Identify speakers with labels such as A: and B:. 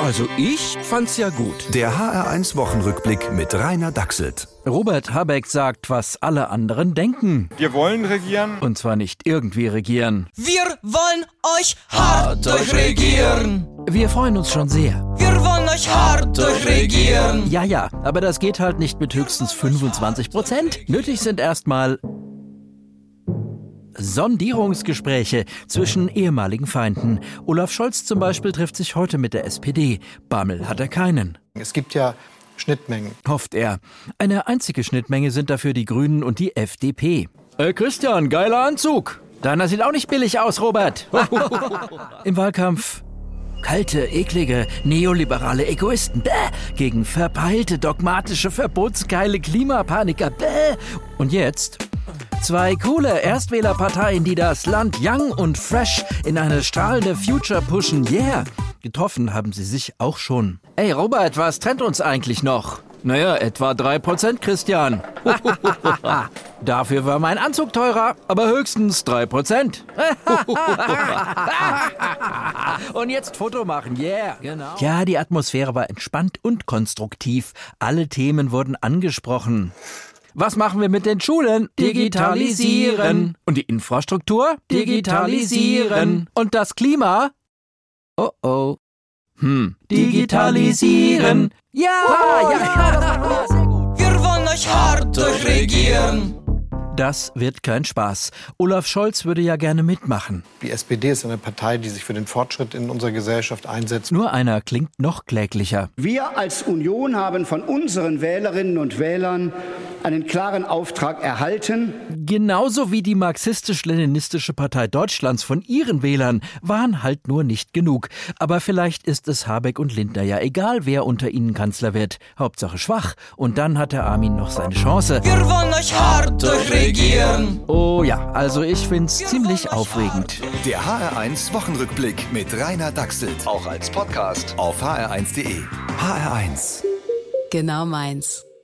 A: Also ich fand's ja gut.
B: Der HR1 Wochenrückblick mit Rainer Dachselt.
C: Robert Habeck sagt, was alle anderen denken.
D: Wir wollen regieren.
C: Und zwar nicht irgendwie regieren.
E: Wir wollen euch hart durchregieren.
C: Wir freuen uns schon sehr.
E: Wir wollen euch hart durchregieren.
C: Ja, ja, aber das geht halt nicht mit höchstens 25 Prozent. Nötig sind erstmal Sondierungsgespräche zwischen ehemaligen Feinden. Olaf Scholz zum Beispiel trifft sich heute mit der SPD. Bammel hat er keinen,
F: Es gibt ja Schnittmengen.
C: hofft er. Eine einzige Schnittmenge sind dafür die Grünen und die FDP. Äh, Christian, geiler Anzug. Deiner sieht auch nicht billig aus, Robert. Im Wahlkampf kalte, eklige, neoliberale Egoisten bäh, gegen verpeilte, dogmatische, verbotsgeile Klimapaniker. Bäh. Und jetzt zwei coole Erstwählerparteien, die das Land young und fresh in eine strahlende Future pushen. Yeah! Getroffen haben sie sich auch schon. Ey Robert, was trennt uns eigentlich noch? Naja, etwa 3%, Christian. Dafür war mein Anzug teurer, aber höchstens 3%. Und jetzt Foto machen, yeah. Genau. Ja, die Atmosphäre war entspannt und konstruktiv. Alle Themen wurden angesprochen. Was machen wir mit den Schulen?
E: Digitalisieren.
C: Und die Infrastruktur?
E: Digitalisieren.
C: Und das Klima? Oh oh. Hm.
E: Digitalisieren.
C: Ja, ja, ja. das machen wir. Sehr gut.
E: Wir wollen euch hart durchregieren.
C: Das wird kein Spaß. Olaf Scholz würde ja gerne mitmachen.
F: Die SPD ist eine Partei, die sich für den Fortschritt in unserer Gesellschaft einsetzt.
C: Nur einer klingt noch kläglicher.
G: Wir als Union haben von unseren Wählerinnen und Wählern einen klaren Auftrag erhalten.
C: Genauso wie die marxistisch-leninistische Partei Deutschlands von ihren Wählern waren halt nur nicht genug. Aber vielleicht ist es Habeck und Lindner ja egal, wer unter ihnen Kanzler wird. Hauptsache schwach. Und dann hat der Armin noch seine Chance.
E: Wir wollen euch hart durchregieren.
C: Oh ja, also ich find's ziemlich aufregend.
B: Der HR1 Wochenrückblick mit Rainer Dachselt. Auch als Podcast auf hr1.de. HR1.
H: Genau meins.